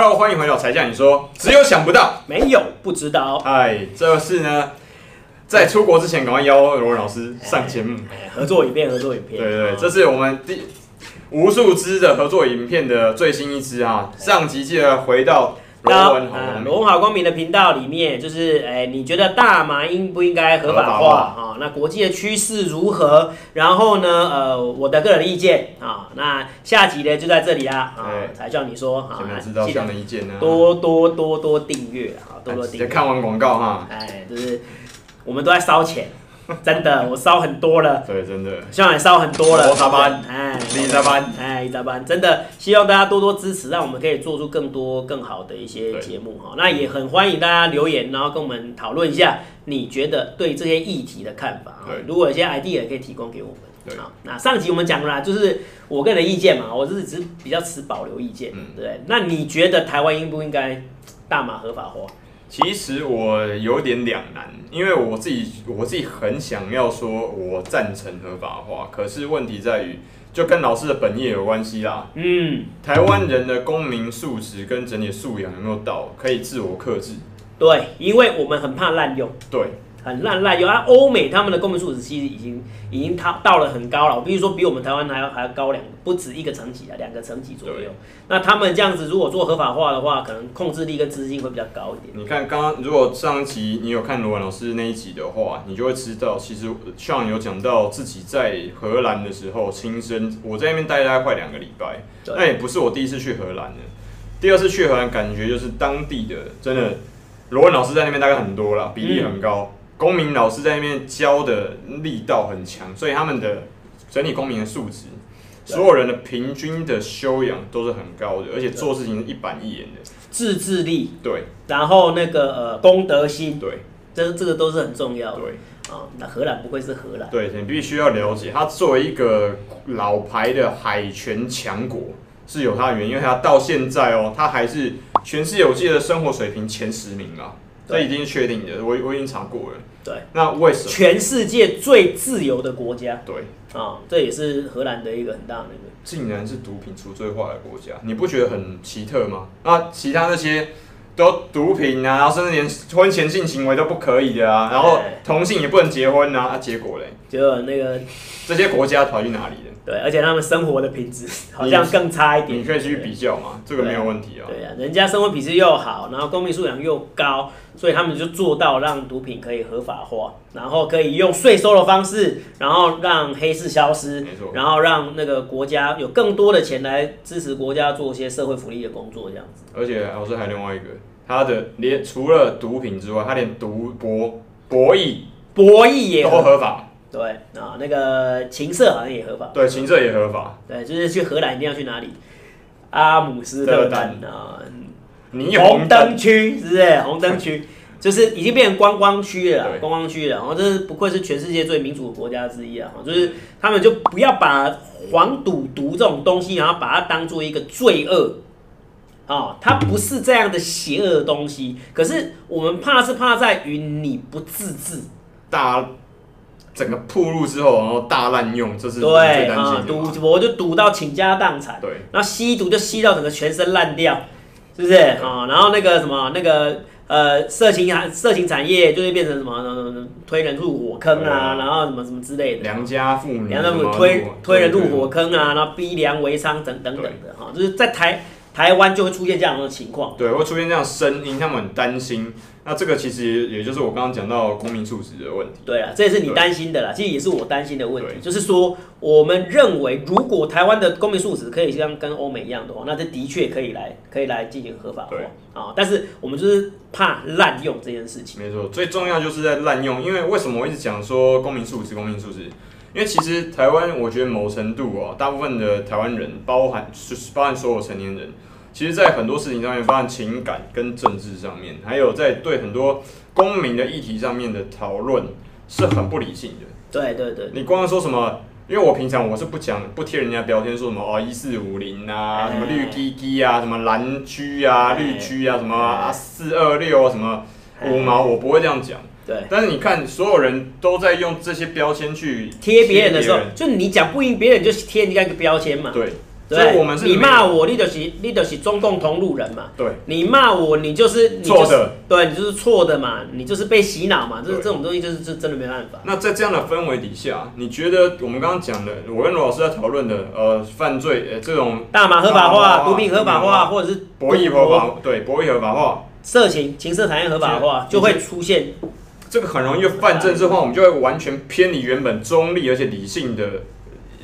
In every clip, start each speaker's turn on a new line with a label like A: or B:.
A: 喽，欢迎回到才酱，你说只有想不到。
B: 没有不知道，
A: 哎，这是呢，在出国之前赶快邀罗文老师上节目。
B: 哎合作影片，合作影片。
A: 对对对，
B: 哦
A: 这是我们第无数支的合作影片的最新一支啊。上集记得回到罗
B: 那
A: 文哦
B: 啊，
A: 红
B: 罗文好光明的频道里面，就是哎、你觉得大麻应不应该合法
A: 合
B: 化
A: 法
B: 啊、哦那国际的趋势如何？然后呢，呃，我的个人意见啊、那下集呢就在这里啦啊、
A: 对
B: 才叫你说啊
A: 想，不
B: 那
A: 知道
B: 记
A: 这
B: 得
A: 样的意见呢？啊
B: 多多多多订阅啊，多多
A: 直
B: 订
A: 接
B: 阅。
A: 看完广告哈。
B: 哎，就是我们都在烧钱，真的，我烧很多了，
A: 对，真的，
B: 希望你烧很多了。
A: 我上班，
B: 哎，
A: 李大班。
B: 哎，一大班，真的希望大家多多支持，让我们可以做出更多更好的一些
A: 对
B: 节目哈。那也很欢迎大家留言，然后跟我们讨论一下你觉得对这些议题的看法。
A: 对
B: 如果有一些 idea 也可以提供给我们。
A: 对
B: 好，那上集我们讲了啦，就是我个人的意见嘛，我是只是比较持保留意见，
A: 嗯
B: 对不对？那你觉得台湾应不应该大麻合法化？
A: 其实我有点两难，因为我自己我自己很想要说，我赞成合法化，可是问题在于，就跟老师的本业有关系啦。
B: 嗯，
A: 台湾人的公民素质跟整体素养有没有到，可以自我克制。
B: 对，因为我们很怕滥用。
A: 对，
B: 很烂烂有啊，欧美他们的公民素质其实已经已经到到了很高了，我必须说比我们台湾还要还要高两不止一个层级啊，两个层级左
A: 对
B: 右。那他们这样子如果做合法化的话，可能控制力跟资金会比较高一点。
A: 你看刚刚如果上一集你有看罗文老师那一集的话，你就会知道，其实 Sean 有讲到自己在荷兰的时候亲身，我在那边待了大概快两个礼拜，
B: 对
A: 那也不是我第一次去荷兰的，第二次去荷兰感觉就是当地的真的，罗文老师在那边大概很多啦，
B: 嗯
A: 比例很高，公民老师在那边教的力道很强，所以他们的整体公民的素质。
B: 对
A: 所有人的平均的修养都是很高的，而且做事情是一板一眼的。
B: 自制力，
A: 对
B: 然后那个呃公德心，
A: 对
B: 这这个都是很重要的
A: 对，
B: 啊。那荷兰不愧是荷兰，
A: 对，你必须要了解，它作为一个老牌的海权强国，是有它的原因，因为它到现在哦，它还是全世界我记得生活水平前十名啦，这
B: 对
A: 已经确定的，我我已经查过了。
B: 对，
A: 那为什么？
B: 全世界最自由的国家
A: 对，
B: 啊，这也是荷兰的一个很大的那个。
A: 竟然是毒品除罪化的国家，你不觉得很奇特吗？那其他那些都毒品啊，然后甚至连婚前性行为都不可以的啊，然后
B: 对
A: 同性也不能结婚啊，啊结果嘞，
B: 就那个
A: 这些国家跑去哪里了？
B: 对，而且他们生活的品质好像更差一点。
A: 你可以去比较嘛，这个没有问题啊。
B: 对啊，人家生活品质又好，然后公民素养又高，所以他们就做到让毒品可以合法化，然后可以用税收的方式，然后让黑市消失
A: 没错，
B: 然后让那个国家有更多的钱来支持国家做一些社会福利的工作，这样子。
A: 而且老师还有另外一个，他的连除了毒品之外，他连毒博博弈
B: 博弈也
A: 都
B: 合
A: 合法，
B: 对啊，那个情色好像也合法。
A: 对，情色也合法。
B: 对，就是去荷兰一定要去哪里？阿姆斯特丹啊，
A: 霓
B: 红
A: 虹灯
B: 灯区 是不是？红灯区就是已经变成观光区了啦
A: 对，
B: 观光区了。然后这是不愧是全世界最民主的国家之一啊！就是他们就不要把黄赌毒这种东西，然后把它当做一个罪恶。哦，它不是这样的邪恶的东西，可是我们怕是怕在于你不自制，
A: 大整个铺路之后，然后大滥用，这是我们最
B: 对
A: 担
B: 啊
A: 心，的
B: 赌
A: 嘛。
B: 博就赌到倾家荡产，
A: 对，
B: 那吸毒就吸到整个全身烂掉，是不是啊、然后那个什么那个呃色情产色情产业就会变成什么什么什么推人入火坑啊，
A: 对啊
B: 然后什么什么之类的，
A: 良家妇女，
B: 然后
A: 什么
B: 推
A: 路
B: 推人入火，坑啊，然后逼良为娼等等等的哈、就是在台台湾就会出现这样的情况。
A: 对，会出现这样声音，他们很担心。那这个其实也就是我刚刚讲到公民素质的问题。
B: 对啊，这也是你
A: 对
B: 担心的啦，其实也是我担心的问题
A: 对，
B: 就是说，我们认为如果台湾的公民素质可以像跟欧美一样的话，那这的确可以来可以来进行合法化
A: 对
B: 啊、但是我们就是怕滥用这件事情。
A: 没错，最重要就是在滥用，因为为什么我一直讲说公民素质，公民素质？因为其实台湾，我觉得某程度哦，大部分的台湾人，包含就是包含所有成年人，其实，在很多事情上面，包含情感跟政治上面，还有在对很多公民的议题上面的讨论，是很不理性的。
B: 对对对，
A: 你光说什么？因为我平常我是不讲不贴人家标签，说什么哦一四五零啊，
B: 哎
A: 什么绿鸡鸡啊，什么蓝居啊，绿居啊，什么
B: 哎
A: 啊四二六什么五毛，我不会这样讲。
B: 对，
A: 但是你看，所有人都在用这些标签去
B: 贴别人的时候，就你讲不赢别人，就贴人家一个标签嘛。
A: 对所
B: 对不
A: 以
B: 对，
A: 我们是
B: 你
A: 没
B: 骂我，你就是你就是中共同路人嘛。
A: 对，
B: 你骂我，你就是你
A: 错
B: 就是
A: 的，
B: 对你就是错的嘛，你就是被洗脑嘛，就是
A: 对
B: 这种东西就是就真的没办法。
A: 那在这样的氛围底下，你觉得我们刚刚讲的，我跟罗老师在讨论的，呃，犯罪，呃，这种
B: 大麻合法
A: 大麻合
B: 化、
A: 法
B: 毒品合
A: 大
B: 法
A: 麻
B: 化，或者是
A: 博弈合法，对，博弈合法化，
B: 色情、情色产业合法化，
A: 就
B: 就会出现
A: 这个很容易泛政治化，我们就会完全偏离原本中立而且理性的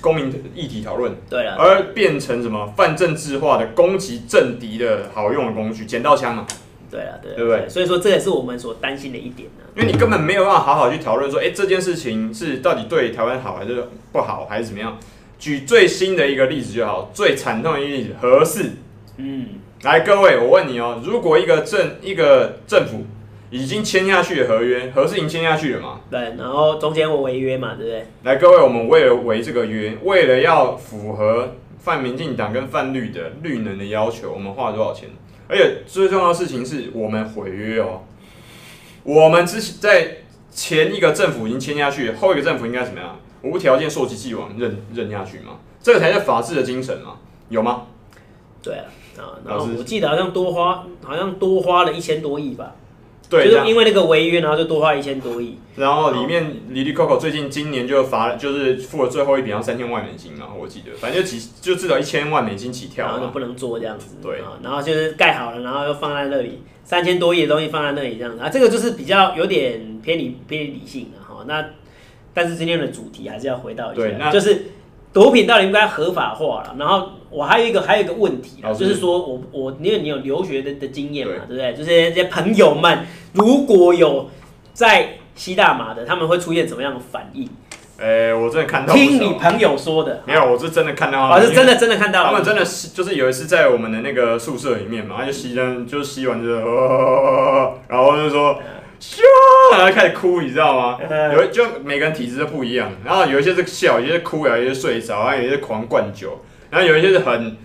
A: 公民议题讨论，
B: 对了，
A: 而变成什么泛政治化的攻击政敌的好用的工具，剪刀枪嘛。
B: 对了，对啦
A: 对不对？
B: 所以说这也是我们所担心的一点呢。
A: 因为你根本没有办法好好去讨论说，哎、这件事情是到底对台湾好还是不好，还是怎么样？举最新的一个例子就好，最惨痛的一个例子，核四。
B: 嗯，
A: 来，各位，我问你哦，如果一个政一个政府已经签下去的合约，合适已经签下去了嘛？
B: 对，然后中间我违约嘛，对不对？
A: 来，各位，我们为了违这个约，为了要符合泛民进党跟泛绿的绿能的要求，我们花了多少钱？而且最重要的事情是我们毁约哦。我们之前在前一个政府已经签下去，后一个政府应该怎么样？无条件溯及既往，认认下去嘛？这个才是法治的精神嘛？有吗？
B: 对啊，啊，然
A: 老
B: 后
A: 师
B: 我记得好像多花，好像多花了一千多亿吧，
A: 对，这
B: 就
A: 样
B: 是因为那个违约，然后就多花一千多亿。
A: 然后里面李丽 Coco 最近今年就罚了，就是付了最后一笔，要三千万美金嘛，我记得，反正就几就至少一千万美金起
B: 然
A: 跳
B: 后就
A: 嘛。
B: 不能做这样子，
A: 对
B: 啊，然后就是盖好了，然后又放在那里，三千多亿的东西放在那里这样子啊，这个就是比较有点偏离偏离理性的哈。那但是今天的主题还是要回到一
A: 对那
B: 下，就是毒品到底应该合法化了。然后我还有一个还有一个问题
A: 老
B: 啊，
A: 师
B: 就是说我我因为你有留学的的经验嘛，
A: 对
B: 对不对？就是这些朋友们如果有在吸大麻的，他们会出现怎么样的反应？
A: 哎，我真的看到不
B: 听你
A: 少，
B: 朋友说的，
A: 没有，我是真的看到他
B: 啊，
A: 们，
B: 是真的真的看
A: 因为
B: 到了，
A: 他们真的是就是有一次在我们的那个宿舍里面嘛，他就吸烟，就吸完之后， 哦然后就说。咻，然后开始哭，你知道吗？
B: 嗯
A: 有就每个人体质都不一样，然后有一些是笑，有一些哭，有一些睡着，然后有一些狂灌酒，然后有一些是很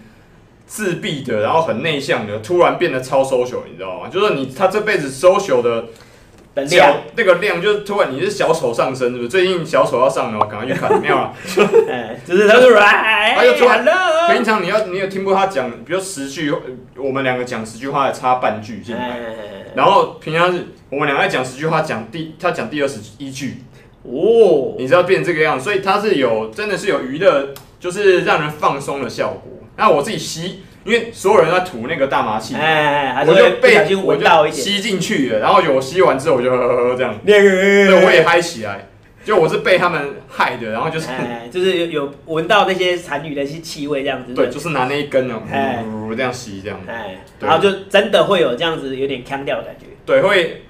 A: 自闭的，然后很内向的，突然变得超 social，你知道吗？就是你他这辈子 social 的
B: 能量
A: 脚。那个量，就是突然你是小丑上身，是不是？最近小丑要上了，赶快去看，没有啊了。
B: 哎，就是他就来，
A: 他就突然
B: hello，
A: 平常你要你有听过他讲，比如十句，呃我们两个讲十句话，差半句进来。
B: 哎，
A: 然后平常是我们两个在讲十句话，讲第他讲第二十一句，
B: 哦，
A: 你知道变这个样，所以它是有真的是有娱乐，就是让人放松的效果。那我自己吸，因为所有人在吐那个大麻气，
B: 哎，还是
A: 我
B: 会
A: 就
B: 不小
A: 被
B: 心
A: 我
B: 闻到
A: 就
B: 一点，
A: 吸进去了，然后我吸完之后我就呵呵呵这样，
B: 那
A: 对，我也
B: 个，
A: 嗨起来，就我是被他们害的，然后就是
B: 哎，就是有有闻到那些残余的一些气味这样子，
A: 对，
B: 不
A: 就是拿那一根啊，
B: 哎
A: 呜这样吸这样，
B: 哎，
A: 对
B: 然后就真的会有这样子有点腔调的感觉，
A: 对，会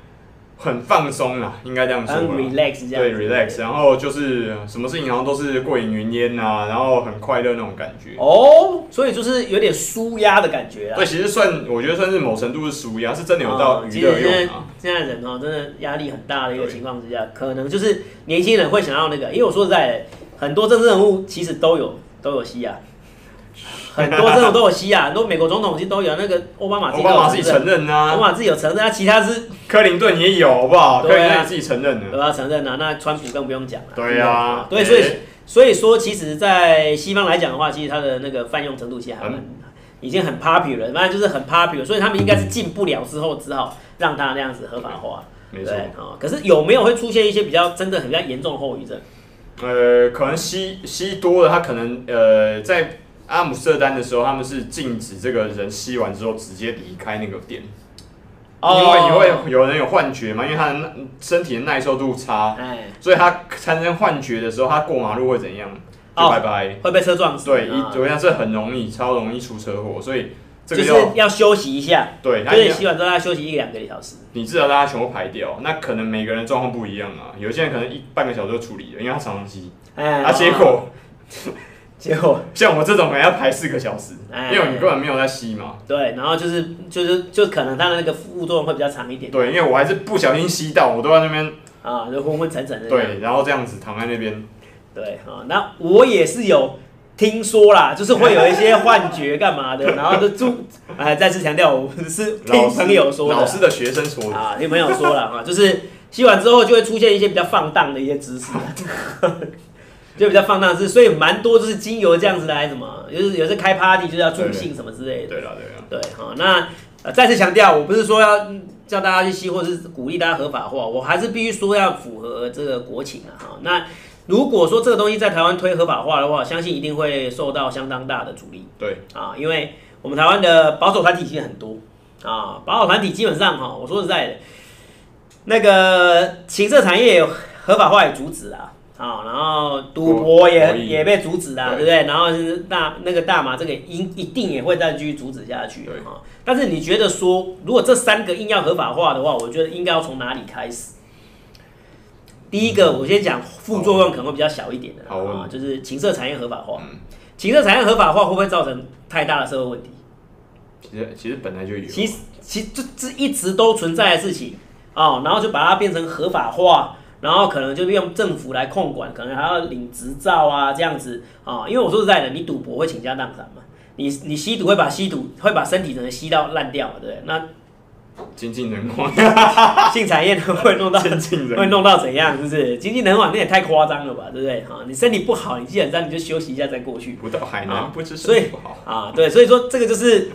A: 很放松啦，应该这样说
B: 很
A: 啦。
B: relax 这样
A: 对
B: 子
A: ，relax，然后就是什么事情好像都是过眼云烟啊，然后很快乐那种感觉。
B: 哦，所以就是有点舒压的感觉啊
A: 对，。其实算我觉得算是某程度是舒压，是真的有到
B: 嗯
A: 娱
B: 其实
A: 乐
B: 现
A: 用
B: 在
A: 啊。
B: 现在人哦，真的压力很大的一个
A: 对
B: 情况之下，可能就是年轻人会想要那个，因为我说实在的，很多政治人物其实都有都有吸啊，很多政府都有吸啊，很多美国总统其实都有，那个奥巴马自
A: 奥
B: 己都
A: 巴
B: 有
A: 马自己
B: 承认
A: 承认
B: 奥
A: 啊，
B: 巴马自己有承认，那其他是
A: 克林顿也有，好不好？克
B: 对啊
A: 林顿也自己承认
B: 都
A: 了。
B: 要承认啊，那川普更不用讲了、
A: 对啊
B: 对，所以
A: 哎
B: 所以说，其实，在西方来讲的话，其实它的那个泛用程度其实还蛮
A: 嗯
B: 已经很 popular，那就是很 popular，所以他们应该是进不了之后，只好让它那样子合法化。
A: 没错
B: 对，啊、可是有没有会出现一些比较真的很比较严重的后遗症？
A: 呃，可能吸吸多了，他可能呃在阿姆斯特丹的时候，他们是禁止这个人吸完之后直接离开那个店，因
B: 哦
A: 为你会有人有幻觉嘛，因为他的耐身体的耐受度差，
B: 哎，
A: 所以他产生幻觉的时候，他过马路会怎样？就
B: 哦
A: 拜拜。
B: 会被车撞死。
A: 对，一
B: 啊
A: 我想这很容易，超容易出车祸，所以这
B: 就
A: 个
B: 是
A: 要
B: 要休息一下，
A: 对，
B: 就
A: 他
B: 是洗完之后要休息一两个小时。
A: 你至少让他全部排掉。那可能每个人状况不一样啊，有些人可能一半个小时就处理了，因为他常常吸，
B: 哎，
A: 啊，结
B: 哦
A: 果
B: 结果
A: 像我这种可能要排四个小时，
B: 哎
A: 因为你根本没有在吸嘛。
B: 对，然后就是就是就可能它的那个副作用会比较长一点。
A: 对，因为我还是不小心吸到，我都在那边
B: 啊，就昏昏沉沉的。
A: 对，然后这样子躺在那边，
B: 对啊，那我也是有。听说啦，就是会有一些幻觉干嘛的，然后就住， 哎，再次强调，我们是
A: 老
B: 听
A: 师
B: 朋友说的，
A: 老师的学生说的，
B: 啊，听朋友说了啊，就是吸完之后就会出现一些比较放荡的一些姿势， 就比较放荡是，所以蛮多就是经由这样子来什么，就是有时开 party 就是要助兴什么之类的。
A: 对啦对啦，
B: 对，好，那、呃、再次强调，我不是说要嗯叫大家去吸，或是鼓励大家合法化，我还是必须说要符合这个国情啊。哈，那如果说这个东西在台湾推合法化的话，相信一定会受到相当大的阻力
A: 对，
B: 啊，因为我们台湾的保守团体已经很多啊，保守团体基本上哈，我说实在的，那个情色产业有合法化也阻止啊。啊、然后赌博
A: 博
B: 也
A: 弈
B: 也被阻止啦、
A: 对
B: 对不对？然后是大那个大麻这个一一定也会再继续阻止下去
A: 对
B: 啊。但是你觉得说，如果这三个硬要合法化的话，我觉得应该要从哪里开始？第一个，我先讲副作用可能会比较小一点的啦
A: 好问
B: 啊，就是情色产业合法化。
A: 嗯
B: 情色产业合法化会不会造成太大的社会问题？
A: 其实其实本来就有，
B: 其实其实这这一直都存在的事情啊、哦然后就把它变成合法化，然后可能就用政府来控管，可能还要领执照啊这样子啊、因为我说实在的，你赌博会倾家荡产嘛，你你吸毒会把吸毒会把身体整个吸到烂掉嘛，对不对？那
A: 精尽人亡，
B: 性产业呢会弄到
A: 精尽
B: 会
A: 人
B: 弄到怎样？是不是？经济能往那也太夸张了吧，对不对？哈、你身体不好，你基本上你就休息一下再过去。
A: 不到海
B: 啊
A: 南不知
B: 所以
A: 身体不好，
B: 啊，对，所以说这个就是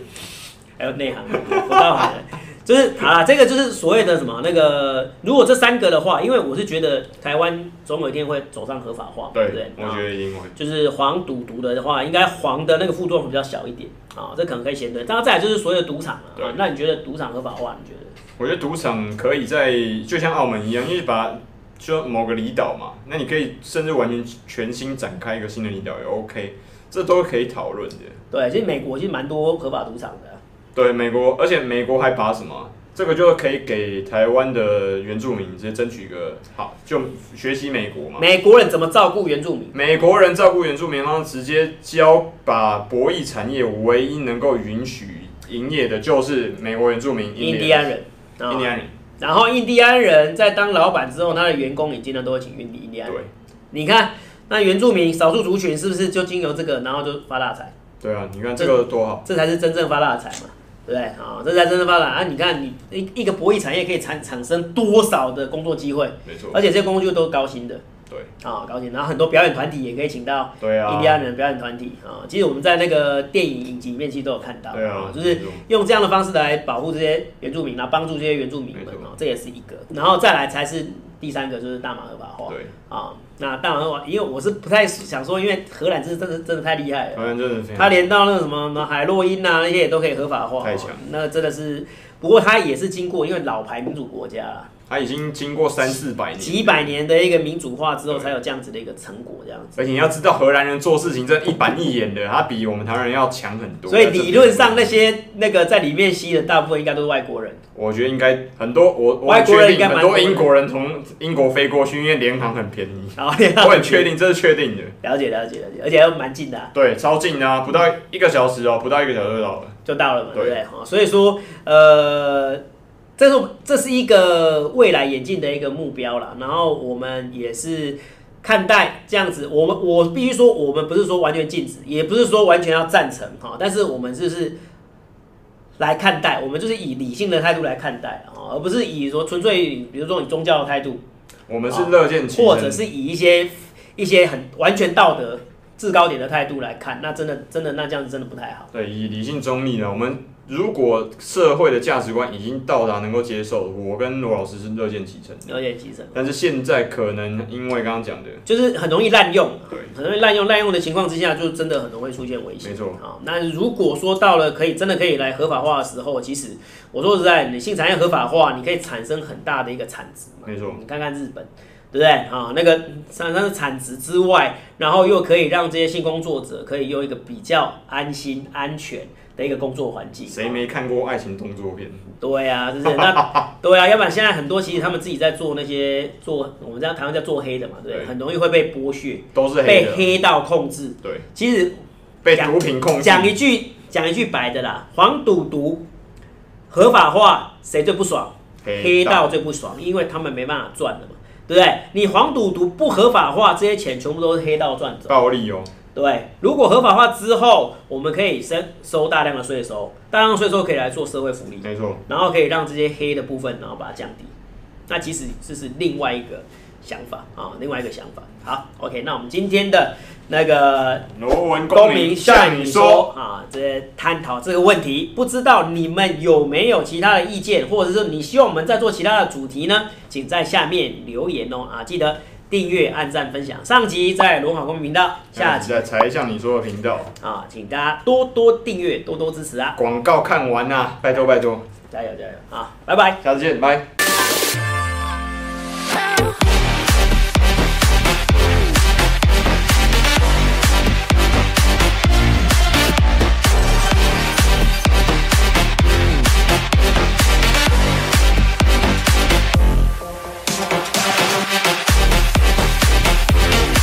B: 还有内行，我到海了，就是好啦，这个就是所谓的什么那个，如果这三个的话，因为我是觉得台湾总有一天会走上合法化嘛，对不对啊
A: 对，？我觉得因为
B: 就是黄赌毒的话，应该黄的那个副作用比较小一点啊、这可能可以先对。当然，再来就是所有的赌场啊
A: 对
B: 啊，那你觉得赌场合法化？你觉得？
A: 我觉得赌场可以在就像澳门一样，因为把就某个离岛嘛，那你可以甚至完全全新展开一个新的离岛也 OK，这都可以讨论的。
B: 对，其实美国其实蛮多合法赌场的啊、
A: 对美国，而且美国还把什么？这个就可以给台湾的原住民直接争取一个好，就学习美国嘛。
B: 美国人怎么照顾原住民？
A: 美国人照顾原住民，然后直接教把博弈产业唯一能够允许营业的，就是美国原住民
B: 印第安人啊、
A: 印第安人，
B: 然后印第安人在当老板之后，他的员工也尽量都会请印第印第安人。
A: 对
B: 你看，那原住民少数族群是不是就经由这个，然后就发大财？
A: 对啊，你看这个多好，
B: 这才是真正发大财嘛，对不对？啊、这才真正发大财啊！你看你一一个博弈产业可以产产生多少的工作机会，
A: 没错，
B: 而且这些工作机会都是高薪的
A: 对
B: 啊、高薪。然后很多表演团体也可以请到
A: 对啊，
B: 印第安人表演团体啊、其实我们在那个电影影集里面其实都有看到，
A: 对啊
B: 就
A: 没
B: 是
A: 错
B: 用这样的方式来保护这些原住民，然后帮助这些原住民
A: 没
B: 们
A: 错
B: 啊、这也是一个。然后再来才是第三个，就是大马合法化。
A: 对，
B: 啊，那当然我因为我是不太想说，因为荷兰真的真的真的太厉害了，
A: 台湾真的非
B: 他
A: 常
B: 连到那个什么什么海洛因啊那些也都可以合法化，啊
A: 太强了
B: 那真的是。不过他也是经过因为老牌民主国家啦，
A: 他已经经过三四百年，
B: 几百年的一个民主化之后，
A: 对
B: 才有这样子的一个成果，这样子。
A: 而且你要知道，荷兰人做事情真的一板一眼的，他比我们台湾人要强很多。
B: 所以理论上
A: 在
B: 那
A: 这边，
B: 些那个在里面吸的大部分应该都是外国人，
A: 我觉得应该很多，我我
B: 外
A: 很
B: 国人
A: 确
B: 应该
A: 定
B: 蛮
A: 很
B: 多
A: 多
B: 的
A: 英国人从英国飞过去，因为联航很便 宜。
B: 然后你
A: 我很确定，这是确定的。
B: 了解了解了解，而且还蛮近的啊、
A: 对，超近的啊，不到一个小时哦、不到一个小时就到了。
B: 就到了嘛，对
A: 对
B: 不对？哦哈，所以说，呃，这是这是一个未来演进的一个目标啦。然后我们也是看待这样子，我们我必须说，我们不是说完全禁止，也不是说完全要赞成哈，但是我们就是来看待，我们就是以理性的态度来看待哈，而不是以说纯粹，比如说你宗教的态度，
A: 我们是乐见其成，
B: 或者是以一些一些很完全道德制高点的态度来看，那真的真的那这样子真的不太好。
A: 对以理性中立的。我们如果社会的价值观已经到达能够接受，我跟罗老师是乐见其成的。
B: 有点急诊。
A: 但是现在可能因为刚刚讲的，
B: 就是很容易滥用
A: 对，
B: 很容易滥用，滥用的情况之下，就真的很容易出现危险。
A: 没错
B: 啊，那如果说到了可以真的可以来合法化的时候，其实我说实在，你性产业合法化，你可以产生很大的一个产值嘛。
A: 没错
B: 你看看日本，对不对？啊，那个产生产值之外，然后又可以让这些性工作者可以用一个比较安心、安全的一个工作环境。
A: 谁没看过爱情动作片？
B: 对呀、是不是？那对啊，要不然现在很多其实他们自己在做那些做我们这样台湾叫做黑的嘛，对不对，
A: 对
B: 很容易会被剥削。
A: 都是黑
B: 被
A: 的，
B: 黑道控制。
A: 对，
B: 其实
A: 被毒品控制。
B: 讲一句讲一句白的啦，黄赌毒合法化，谁最不爽？黑道最不爽，因为他们没办法赚了嘛，对不对？你黄赌毒不合法化，这些钱全部都是黑道赚走。
A: 暴力哦，
B: 对，如果合法化之后，我们可以收收大量的税收，大量的税收可以来做社会福利，
A: 没错，
B: 然后可以让这些黑的部分，然后把它降低。那其实这是另外一个想法啊、另外一个想法。好，OK，那我们今天的那个
A: 罗文
B: 公
A: 公
B: 民
A: 民
B: 向
A: 向
B: 你
A: 你
B: 说
A: 说，
B: 啊，这探讨这个问题，不知道你们有没有其他的意见，或者是你希望我们再做其他的主题呢？请在下面留言哦啊，记得订阅、按赞、分享。上集在罗马公民频道，下集
A: 在才向你说的频道，
B: 啊，请大家多多订阅、多多支持啊，
A: 广告看完啊，拜托拜托，
B: 加油加油啊，拜拜。
A: 下次见，拜。